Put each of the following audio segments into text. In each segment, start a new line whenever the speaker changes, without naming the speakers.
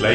la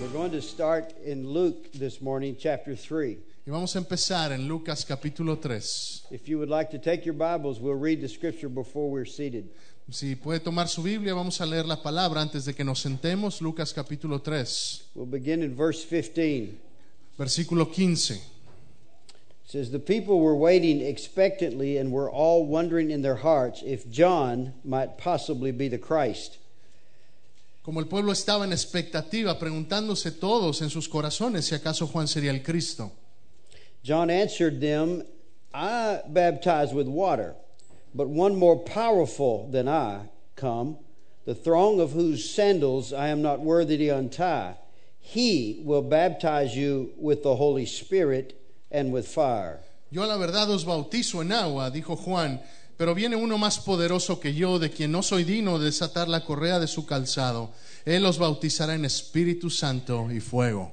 We're going to start in Luke this morning, chapter 3.
Y vamos a empezar en Lucas capítulo 3.
If you would like to take your Bibles, we'll read the scripture before we're seated.
Si puede tomar su Biblia, vamos a leer la palabra antes de que nos sentemos. Lucas capítulo 3,
We'll begin in verse 15.
versículo 15.
It says, The people were waiting expectantly and were all wondering in their hearts if John might possibly be the Christ.
Como el pueblo estaba en expectativa, preguntándose todos en sus corazones si acaso Juan sería el Cristo.
John answered them, I baptize with water, but one more powerful than I come, the thong of whose sandals I am not worthy to untie. He will baptize you with the Holy Spirit and with fire.
Yo a la verdad os bautizo en agua, dijo Juan, pero viene uno más poderoso que yo, de quien no soy digno de desatar la correa de su calzado. Él os bautizará en Espíritu Santo y fuego.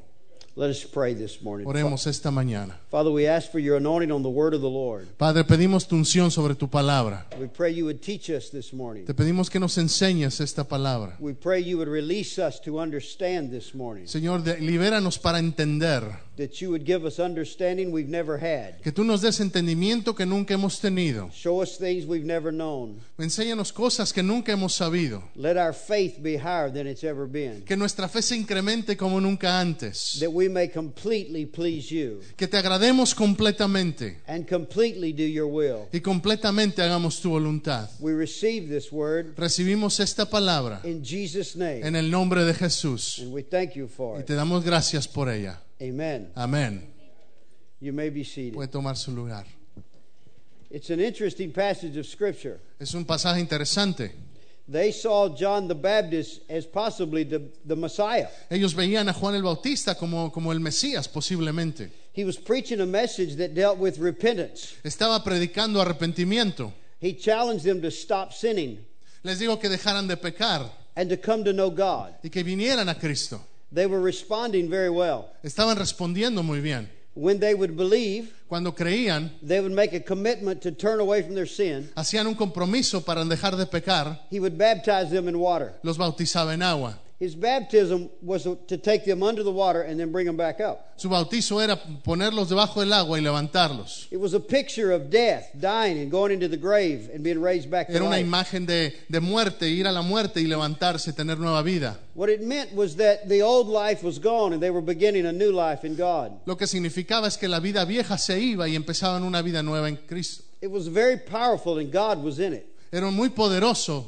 Let us pray this morning.
Oremos esta mañana.
Father, we ask for your anointing on the word of the Lord.
Padre, pedimos tu unción sobre tu palabra.
We pray you would teach us this morning.
Te pedimos que nos enseñes esta palabra.
We pray you would release us to understand this morning,
Señor, de- libéranos para entender,
that you would give us understanding we've never had.
que tú nos des entendimiento que nunca hemos tenido.
Show us things we've never known.
Enséñanos cosas que nunca hemos sabido.
Let our faith be higher than it's ever been,
Que nuestra fe se incremente como nunca antes.
that we may completely please you
Que te agrademos completamente
and completely do your will.
y completamente hagamos tu voluntad.
We receive this word
Recibimos esta palabra
in Jesus' name,
en el nombre de Jesús
and we thank you for
y
it.
te damos gracias por ella.
Amen.
Amén.
You may be seated.
Puede tomar su lugar.
It's an interesting passage of Scripture.
Es un pasaje interesante.
They saw John the Baptist as possibly the, the Messiah.
Ellos veían a Juan el Bautista como, como el Mesías, posiblemente.
He was preaching a message that dealt with repentance.
Estaba predicando arrepentimiento.
He challenged them to stop sinning
Les digo que dejaran de pecar
and to come to know God.
y que vinieran a Cristo.
They were responding very well.
Estaban respondiendo muy bien.
When they would believe,
Cuando creían,
they would make a commitment to turn away from their sin.
hacían un compromiso para dejar de pecar,
He would baptize them in water.
los bautizaba en agua.
His baptism was to take them under the water and then bring them back up.
Su bautizo era ponerlos debajo del agua y levantarlos.
It was a picture of death, dying, and going into the grave and being raised back to
Era una
life.
imagen de, de muerte, ir a la muerte y levantarse, tener nueva vida.
What it meant was that the old life was gone and they were beginning a new life in God.
Lo que significaba es que la vida vieja se iba y empezaban una vida nueva en Cristo.
It was very powerful and God was in it.
Era muy poderoso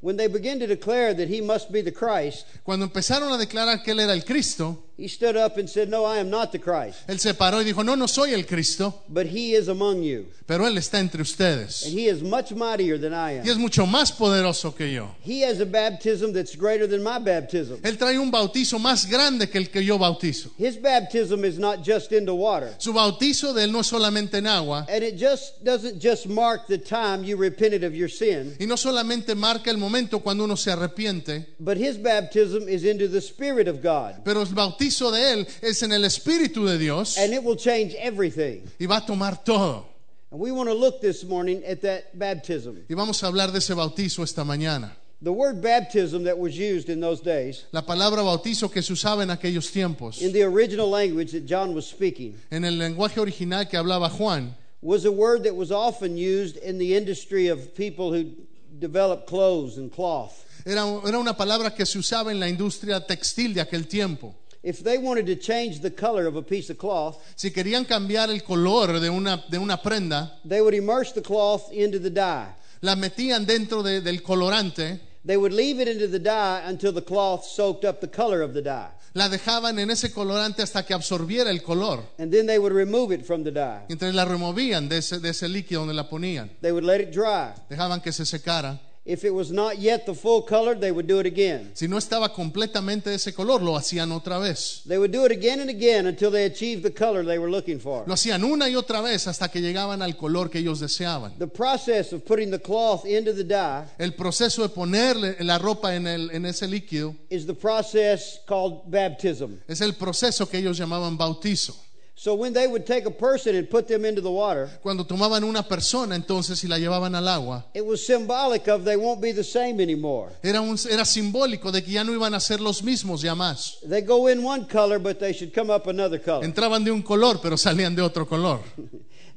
When they began to declare that he must be the Christ,
Cuando empezaron a declarar que él era el Cristo,
he stood up and said, No, I am not the Christ,
él se paró y dijo, no, no soy el Cristo,
but he is among you,
pero él está entre
and
ustedes.
he is much mightier than I am.
Y es mucho más poderoso que yo.
He has a baptism that's greater than my baptism.
Él trae un bautizo más grande que el que yo bautizo.
His baptism is not just into water.
Su bautizo de él no es solamente en agua,
And it just doesn't just mark the time you repented of your sin,
y no solamente marca el momento cuando uno se arrepiente,
but his baptism is into the Spirit of God.
pero el bautizo de él es en el Espíritu de Dios
And it will change everything.
y va a tomar todo.
And we want to look this morning at that baptism.
Y vamos a hablar de ese bautizo esta mañana.
The word baptism that was used in those days,
La palabra bautizo que se usaba en aquellos tiempos,
in the original language that John was speaking,
en el lenguaje original que hablaba Juan,
was a word that was often used in the industry of people who developed clothes and cloth.
Era, era una palabra que se usaba en la industria textil de aquel tiempo.
If they wanted to change the color of a piece of cloth,
Si querían cambiar el color de una, de una prenda,
They would immerse the cloth into the dye.
la metían dentro de- del colorante,
They would leave it into the dye until the cloth soaked up the color of the dye.
la dejaban en ese colorante hasta que absorbiera el color.
And then they would remove it from the dye.
Entonces la removían de ese, de ese líquido donde la ponían.
They would let it dry.
Dejaban que se secara.
If it was not yet the full color, they would do it again.
Si no estaba completamente de ese color, lo hacían otra vez.
They would do it again and again until they achieved the color they were looking for.
Lo hacían una y otra vez hasta que llegaban al color que ellos deseaban.
The process of putting the cloth into the dye
El proceso de ponerle la ropa en, el- en ese líquido
is the process called baptism.
es el proceso que ellos llamaban bautizo.
So when they would take a person and put them into the water,
Cuando tomaban una persona entonces y la llevaban al agua,
it was symbolic of they won't be the same anymore.
era, un- era simbólico de que ya no iban a ser los mismos ya más.
They go in one color, but they should come up another color.
Entraban de un color, pero salían de otro color.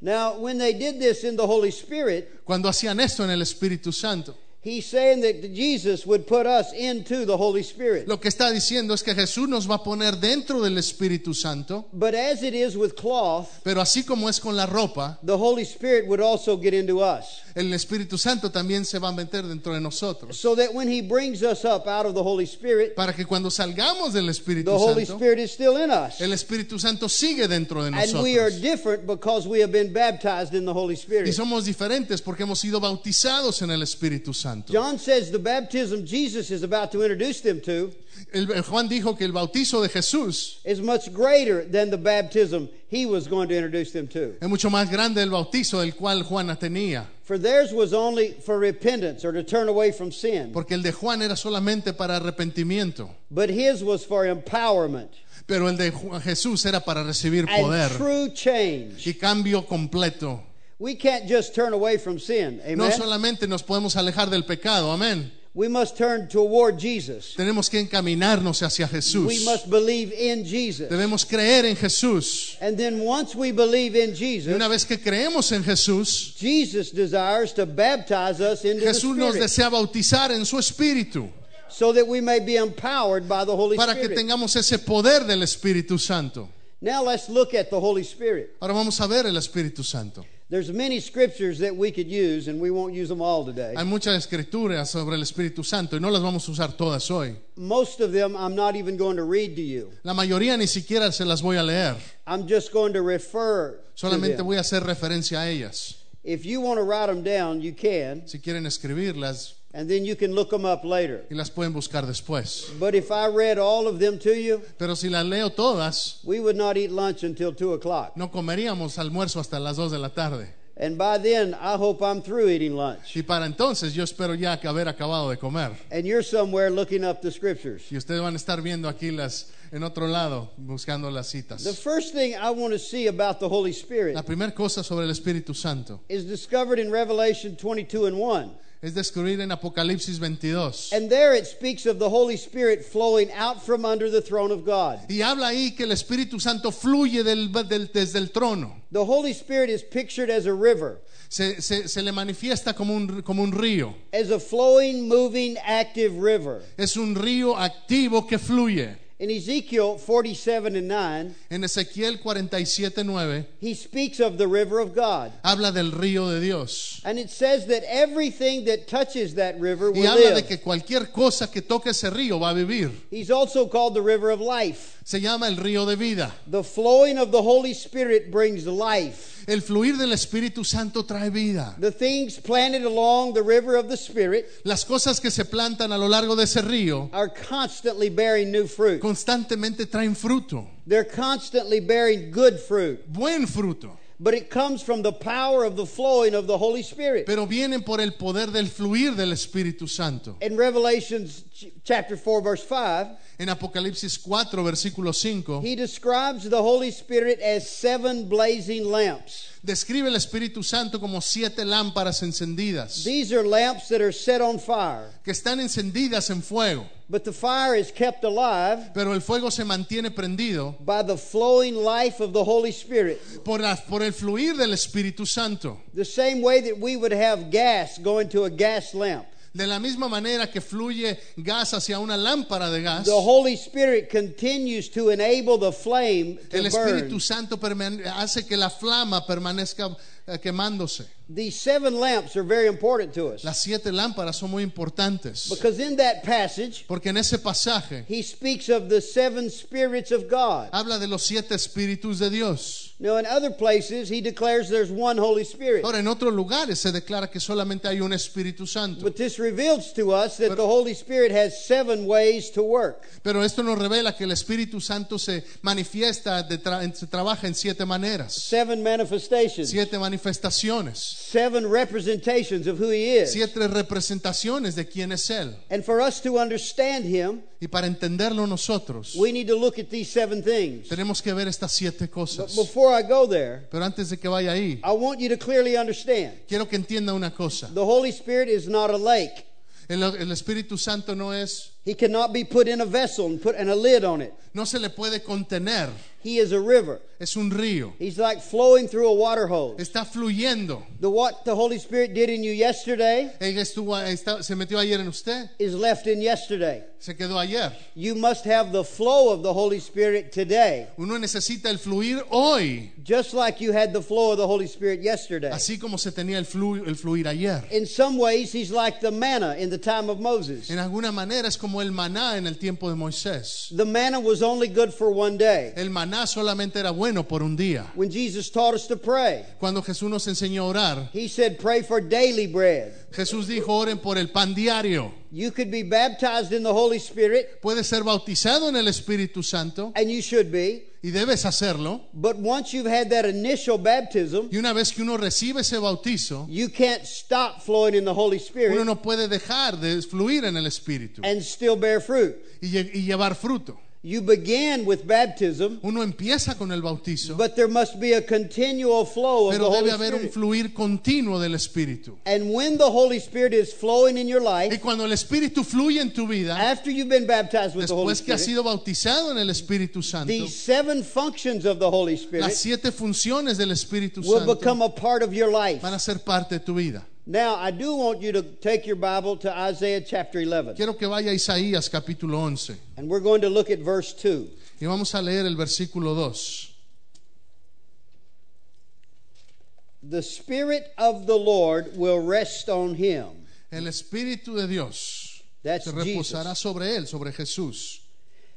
Now, when they did this in the Holy Spirit,
Cuando hacían esto en el Espíritu Santo,
he's saying that Jesus would put us into the Holy Spirit.
lo que está diciendo es que Jesús nos va a poner dentro del Espíritu Santo,
But as it is with cloth,
pero así como es con la ropa,
the Holy Spirit would also get into us.
el Espíritu Santo también se va a meter dentro de nosotros.
So that when he brings us up out of the Holy Spirit,
Para que cuando salgamos del Espíritu
the Holy
Santo,
Spirit is still in us.
el Espíritu Santo sigue dentro de
And we are
nosotros.
different because we have been baptized in the Holy
Y
Spirit.
somos diferentes porque hemos sido bautizados en el Espíritu Santo.
John says the baptism Jesus is about to introduce them to
El- el Juan dijo que el bautizo de Jesús
is much greater than the baptism he was going to introduce them to.
es mucho más grande el bautizo del cual Juana tenía,
For theirs was only for repentance or to turn away from sin,
porque el de Juan era solamente para arrepentimiento,
but his was for empowerment
pero el de Ju- Jesús era para recibir poder
and true change.
y cambio completo.
We can't just turn away from sin.
No
Amen.
solamente nos podemos alejar del pecado, amén.
We must turn toward Jesus.
Tenemos que encaminarnos hacia Jesús.
We must believe in Jesus.
Debemos creer en Jesús.
And then once we believe in
Y
Jesus,
una vez que creemos en Jesús,
Jesus desires to baptize us into the
Jesús nos
Spirit
desea bautizar en su espíritu
so that we may be empowered by the Holy
para que
Spirit.
tengamos ese poder del Espíritu Santo.
Now let's look at the Holy Spirit.
Ahora vamos a ver el Espíritu Santo.
There's many scriptures that we could use and we won't use them all today.
Hay muchas escrituras sobre el Espíritu Santo y no las vamos a usar todas hoy.
Most of them I'm not even going to read to you.
La mayoría ni siquiera se las voy a leer.
I'm just going to refer to
Solamente
them.
voy a hacer referencia a ellas.
If you want to write them down, you can,
Si quieren escribirlas
and then you can look them up later.
y las pueden buscar después.
But if I read all of them to you,
Pero si las leo todas,
we would not eat lunch until 2 o'clock.
no comeríamos almuerzo hasta las 2 de la tarde.
And by then, I hope I'm through eating lunch.
Y para entonces yo espero ya que haber acabado de comer.
And you're somewhere looking up the scriptures.
Y ustedes van a estar viendo aquí las en otro lado buscando las
The
citas.
first thing I want to see about the Holy Spirit
La primera cosa sobre el Espíritu Santo
is discovered in Revelation 22 and 1.
es descubrir en Apocalipsis 22.
And there it speaks of the Holy Spirit flowing out from under the throne of God.
Y habla ahí que el Espíritu Santo fluye del- del- desde el trono.
The Holy Spirit is pictured as a river,
Se, se- se le manifiesta como un, como un río.
as a flowing, moving, active river.
Es un río activo que fluye.
In Ezekiel 47 and 9,
En Ezequiel 47.9
he speaks of the river of God.
habla del río de Dios.
And it says that everything that touches that river
Y
will
habla de
live.
que cualquier cosa que toque ese río va a vivir.
He's also called the river of life.
Se llama el río de vida.
The flowing of the Holy Spirit brings life.
El fluir del Espíritu Santo trae vida.
The things planted along the river of the Spirit
Las cosas que se plantan a lo largo de ese río
are constantly bearing new fruit.
constantemente traen fruto,
They're constantly bearing good fruit,
buen fruto,
but it comes from the power of the flowing of the Holy Spirit.
pero vienen por el poder del fluir del Espíritu Santo.
In Revelations ch- chapter 4 verse 5,
En Apocalipsis 4, versículo 5,
he describes the Holy Spirit as seven blazing lamps.
describe el Espíritu Santo como siete lámparas encendidas,
These are lamps that are set on fire,
que están encendidas en fuego,
but the fire is kept alive
pero el fuego se mantiene prendido
by the flowing life of the Holy Spirit.
por, la- por el fluir del Espíritu Santo.
The same way that we would have gas going to a gas lamp.
De la misma manera que fluye gas hacia una lámpara de gas,
The Holy Spirit continues to enable the flame
El
to burn.
Espíritu Santo permane- hace que la flama permanezca eh, quemándose.
These seven lamps are very important to us
Las siete lámparas son muy importantes.
because in that passage,
Porque en ese pasaje
he speaks of the seven spirits of God.
habla de los siete espíritus de Dios. Jesús.
Now, in other places, he declares there's one Holy Spirit.
Ahora, en otros lugares se declara que solamente hay un Espíritu Santo,
But this reveals to us that the Holy Spirit has seven ways to work.
pero esto nos revela que el Espíritu Santo se manifiesta, de tra- en- se trabaja en siete maneras,
Seven manifestations.
siete manifestaciones,
Seven representations of who he is.
siete representaciones de quién es Él.
And for us to understand him,
Y para entenderlo nosotros,
we need to look at these seven things.
tenemos que ver estas siete
But
cosas.
before I go there,
Pero antes de que vaya ahí,
I want you to clearly understand
quiero que entienda una cosa.
the Holy Spirit is not a lake.
El, el Espíritu Santo no es,
He cannot be put in a vessel and put and a lid on it.
no se le puede contener,
He is a river.
es un río,
He's like flowing through a water hose.
está fluyendo.
The what the Holy Spirit did in you yesterday
Ella estuvo, está- se metió ayer en usted,
is left in yesterday.
se quedó ayer.
You must have the flow of the Holy Spirit today,
Uno necesita el fluir hoy,
just like you had the flow of the Holy Spirit yesterday.
así como se tenía el, flu- el fluir ayer.
In some ways, he's like the manna in the time of Moses.
En alguna manera es como el maná en el tiempo de Moisés.
The manna was only good for one day.
El maná solamente era bueno por un día.
When Jesus taught us to pray,
Cuando Jesús nos enseñó a orar,
he said, Pray for daily bread.
Jesús dijo, oren por el pan diario.
You could be baptized in the Holy Spirit,
Puedes ser bautizado en el Espíritu Santo
and you should be.
y debes hacerlo.
But once you've had that initial baptism,
Y una vez que uno recibe ese bautizo,
you can't stop flowing in the Holy
uno
Spirit
no puede dejar de fluir en el Espíritu
and still bear fruit.
y, lle- y llevar fruto.
You began with baptism,
Uno empieza con el bautizo,
but there must be a continual flow of the
pero
Holy
debe haber un
Spirit.
fluir continuo del Espíritu.
And when the Holy Spirit is flowing in your
Y
life,
cuando el Espíritu fluye en tu vida,
after you've been baptized with the Ah, pues, Holy
después que has
Spirit,
sido bautizado en el Espíritu Santo,
these seven functions of the Holy
las
Spirit
siete funciones del Espíritu
will
Santo
become a part of your life.
van a ser parte de tu vida.
Now, I do want you to take your Bible to Isaiah chapter 11,
Quiero que vaya a Isaías capítulo 11
and we're going to look at verse 2.
y vamos a leer el versículo 2.
The Spirit of the Lord will rest on him.
El Espíritu de Dios
That's
se reposará
Jesus.
sobre él, sobre Jesús.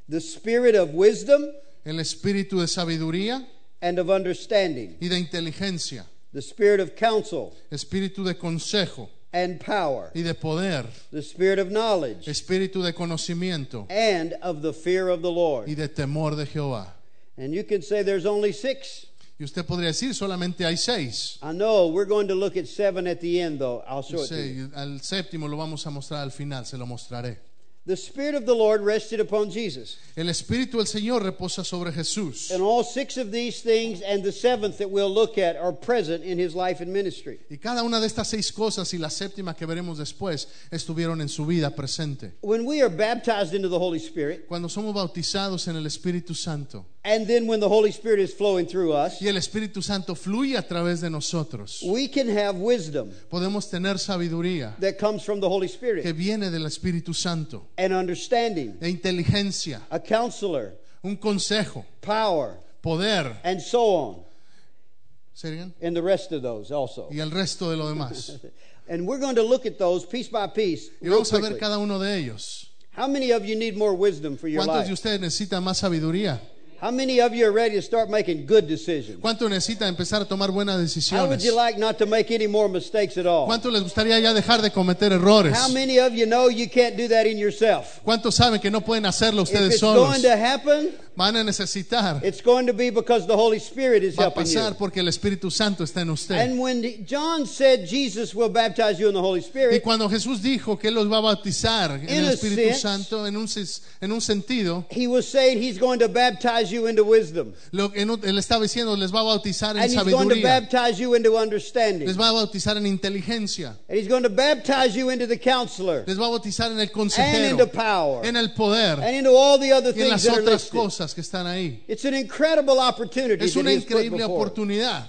The Spirit of wisdom
El Espíritu de sabiduría
and of understanding.
y de inteligencia.
The Spirit of counsel
Espíritu de consejo
and power.
y de poder.
The Spirit of knowledge
Espíritu de conocimiento
and of the fear of the
y
Lord.
de temor de Jehová.
And you can say there's only six.
Y usted podría decir, solamente hay seis.
I know we're going to look at seven at the end, though. I'll show it to you.
Sí, al séptimo lo vamos a mostrar al final, se lo mostraré.
The Spirit of the Lord rested upon Jesus.
El Espíritu del Señor reposa sobre Jesús.
And all six of these things and the seventh that we'll look at are present in his life and ministry.
Y cada una de estas seis cosas y la séptima que veremos después estuvieron en su vida presente.
When we are baptized into the Holy Spirit,
Cuando somos bautizados en el Espíritu Santo
and then when the Holy Spirit is flowing through us,
y el Espíritu Santo fluye a través de nosotros,
we can have wisdom
podemos tener sabiduría
that comes from the Holy
que
Spirit
viene del Espíritu Santo
and understanding,
e inteligencia,
a counselor,
un consejo,
power,
poder
and so on,
¿serían?
and the rest of those also.
y el resto de lo demás.
And we're going to look at those piece by piece.
Y
real
vamos a ver
quickly.
cada uno de ellos.
How many of you need more wisdom for your
¿Cuántos de
life?
ustedes necesitan más sabiduría?
How many of you are ready to start making good decisions?
¿Cuántos necesitan empezar a tomar buenas
How would
decisiones?
you like not to make any more mistakes at all?
¿Cuántos les gustaría ya dejar de cometer errores?
How many of you know you can't do that in yourself?
¿Cuántos saben que no pueden hacerlo
If
ustedes
it's
solos?
going to happen,
Van a necesitar,
it's going to be because the Holy Spirit is
va a
helping you.
pasar porque el Espíritu Santo está en usted.
And when the- John said Jesus will baptize you in the Holy
Y
Spirit,
cuando Jesús dijo que Él los va a bautizar en
In
el
a
Espíritu
sense-
Santo, en un, sis- en un sentido,
he was saying he's going to baptize you into wisdom.
lo, en un- Él estaba diciendo, les va a bautizar en
And he's going to
sabiduría,
baptize you into understanding.
les va a bautizar en inteligencia,
And he's going to baptize you into the counselor
les va a bautizar en el
and into
consejero,
power
en
and
el poder
into all the other
y
things
en las
that are
otras
listed.
cosas que están ahí.
It's an incredible opportunity
Es
that
una
he's put
increíble
before. us.
oportunidad,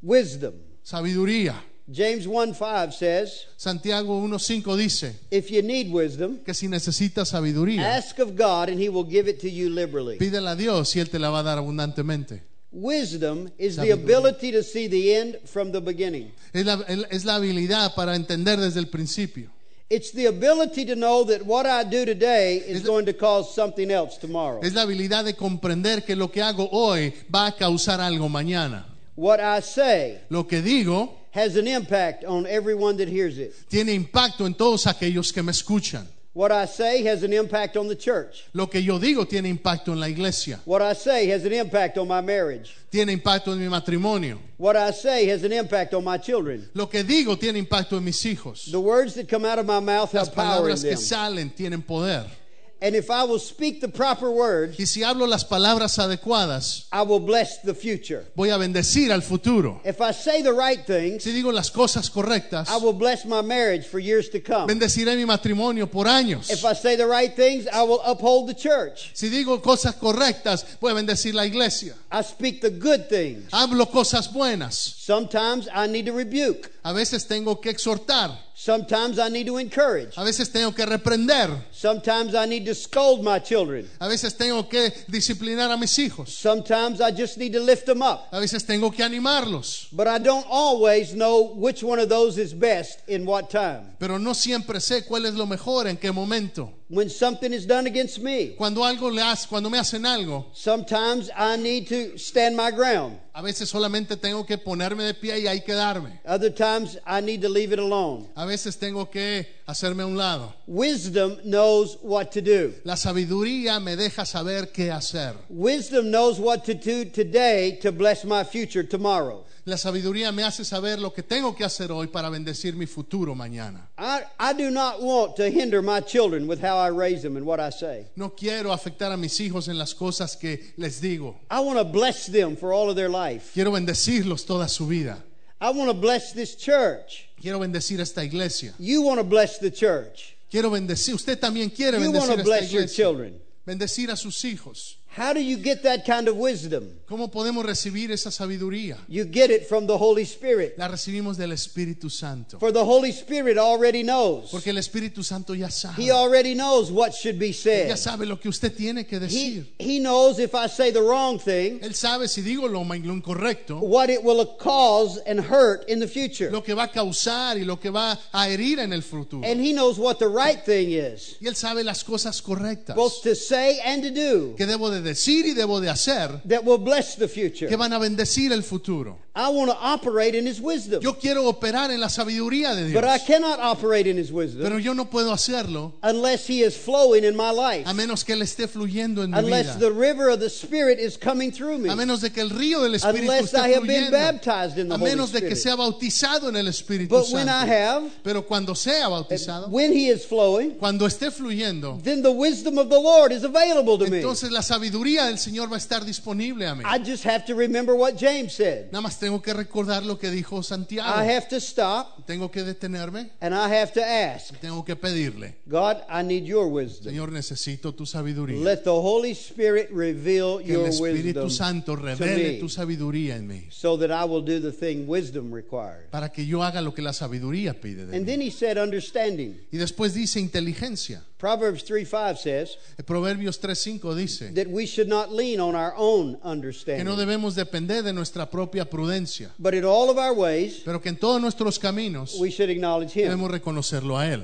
Wisdom.
sabiduría.
James 1 5 says,
Santiago 1.5 dice
If you need wisdom,
que si necesitas sabiduría,
ask of God and he will give it to you liberally.
pídela a Dios y Él te la va a dar abundantemente.
Wisdom is the ability to see the end from the beginning.
Es la, el- es la habilidad para entender desde el principio.
It's the ability to know that what I do today is
Es-
going to cause something else tomorrow.
Es la habilidad de comprender que lo que hago hoy va a causar algo mañana.
What I say
Lo que digo
has an impact on everyone that hears it.
tiene impacto en todos aquellos que me escuchan.
What I say has an impact on the church.
Lo que yo digo tiene impacto en la iglesia,
What I say has an impact on my marriage.
tiene impacto en mi matrimonio.
What I say has an impact on my children.
Lo que digo tiene impacto en mis hijos.
The words that come out of my mouth
Las
have power in
palabras que
them.
salen tienen poder.
And if I will speak the proper words,
Y si hablo las palabras adecuadas,
I will bless the future.
voy a bendecir al futuro.
If I say the right things,
Si digo las cosas correctas,
I will bless my marriage for years to come.
bendeciré mi matrimonio por años.
If I say the right things, I will uphold the church.
Si digo cosas correctas, voy a bendecir la iglesia.
I speak the good things.
Hablo cosas buenas.
Sometimes I need to rebuke.
A veces tengo que exhortar,
Sometimes I need to encourage.
a veces tengo que reprender,
Sometimes I need to scold my children.
a veces tengo que disciplinar a mis hijos,
Sometimes I just need to lift them up.
a veces tengo que animarlos.
But I don't always know which one of those is best in what time.
Pero no siempre sé cuál es lo mejor, en qué momento.
When something is done against me,
Cuando algo le hace, cuando me hacen algo,
sometimes I need to stand my ground.
a veces solamente tengo que ponerme de pie y ahí quedarme.
Other times I need to leave it alone.
A veces tengo que hacerme a un lado.
Wisdom knows what to do.
La sabiduría me deja saber qué hacer.
Wisdom knows what to do today to bless my future tomorrow.
La sabiduría me hace saber lo que tengo que hacer hoy para bendecir mi futuro mañana.
I, I do not want to hinder my children with how I raise them and what I say.
No quiero afectar a mis hijos en las cosas que les digo.
I want to bless them for all of their life.
Quiero bendecirlos toda su vida.
I want to bless this church.
Quiero bendecir esta iglesia.
You want to bless the church.
Quiero bendecir. Usted también quiere
You want
bendecir
to
a esta
bless your
iglesia.
children.
Bendecir a sus hijos.
How do you get that kind of wisdom?
¿Cómo podemos recibir esa sabiduría?
You get it from the Holy Spirit.
La recibimos del Espíritu Santo.
For the Holy Spirit already knows.
Porque el Espíritu Santo ya
He
sabe.
already knows what should be
Ya
said.
sabe lo que usted tiene que
He,
decir.
he knows if I say the wrong thing,
Él sabe si digo lo, ma- lo incorrecto,
what it will cause and hurt in the future.
lo que va a causar y lo que va a herir en el futuro.
And he knows what the right thing is,
Y él sabe las cosas correctas
both to say and to do,
que debo de decir y debo de hacer
that will bless the
que
future.
van a bendecir el futuro.
I want to operate in his wisdom,
Yo quiero operar en la sabiduría de Dios,
but I cannot operate in his wisdom
pero yo no puedo hacerlo
unless he is flowing in my life,
a menos que él esté fluyendo en mi
unless
vida,
the river of the Spirit is coming through
a
me,
menos de que el río del Espíritu
unless I
esté
have been
fluyendo,
baptized in the
a
Holy
menos de que sea
Spirit.
bautizado en el Espíritu
But when I
Santo.
have,
Pero cuando sea bautizado,
when he is flowing,
cuando esté fluyendo,
then the wisdom of the Lord is available to me.
entonces la sabiduría del Señor va a estar disponible a mí.
I just have to remember what James said.
Nada más tengo que recordar lo que dijo
I
Santiago.
have to stop
Tengo que detenerme,
and I have to ask,
tengo que pedirle,
God, I need your wisdom.
Señor, necesito tu sabiduría.
Let the Holy Spirit reveal
Que el
your
Espíritu
wisdom
Santo
me.
revele tu sabiduría en mí
so that I will do the thing wisdom requires.
para que yo haga lo que la sabiduría pide de
And
mí.
then he said, understanding.
Y después dice inteligencia.
Proverbs 3 5 says
El Proverbios 3:5 dice
that we should not lean on our own
que no
understanding,
debemos depender de nuestra propia prudencia,
but in all of our ways,
pero que en todos nuestros caminos
we should acknowledge him.
debemos reconocerlo a él.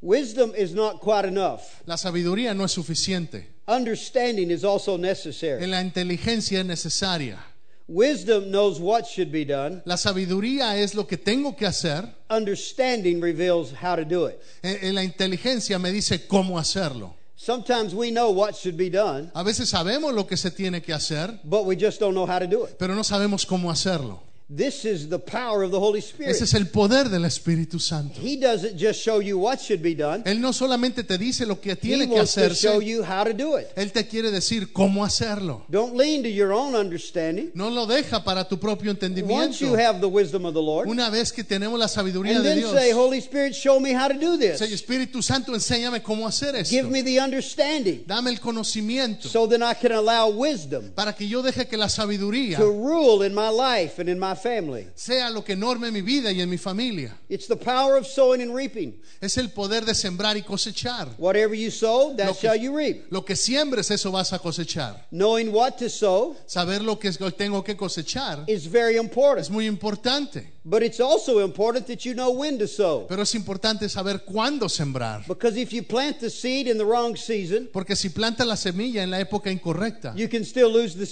Wisdom is not quite enough,
La sabiduría no es suficiente.
understanding is also
En
necessary.
la inteligencia es necesaria.
Wisdom knows what should be done.
La sabiduría es lo que tengo que hacer.
understanding reveals how to do it.
En en la inteligencia me dice cómo hacerlo.
Sometimes we know what should be done,
A veces sabemos lo que se tiene que hacer,
but we just don't know how to do it.
pero no sabemos cómo hacerlo.
This is the power of the Holy Spirit.
Ese es el poder del Espíritu Santo.
He doesn't just show you what should be done,
Él no solamente te dice lo que
He
tiene que
wants to show
hacerse,
you how to do it.
Él te quiere decir cómo hacerlo.
Don't lean to your own understanding.
No lo deja para tu propio entendimiento.
Once you have the wisdom of the Lord,
Una vez que tenemos la sabiduría
and
de
then say,
Dios,
Holy Spirit, show me how to do
Señor
this.
Espíritu Santo, enséñame cómo hacer
Give
esto.
me the understanding
Dame el conocimiento
so then I can allow wisdom
para que yo deje que la sabiduría
to rule in my life and in my family.
sea lo que norme mi vida y en mi familia.
It's the power of sowing and reaping.
Es el poder de sembrar y cosechar.
Whatever you sow, that
Lo que-
shall you reap.
Lo que siembres, eso vas a cosechar.
Knowing what to sow
Saber lo que es- tengo que cosechar
is very
es
important,
muy importante,
but it's also important that you know when to sow.
pero es importante saber cuándo sembrar.
Because if you plant the seed in the wrong season,
Porque si plantas la semilla en la época incorrecta,
you can still lose the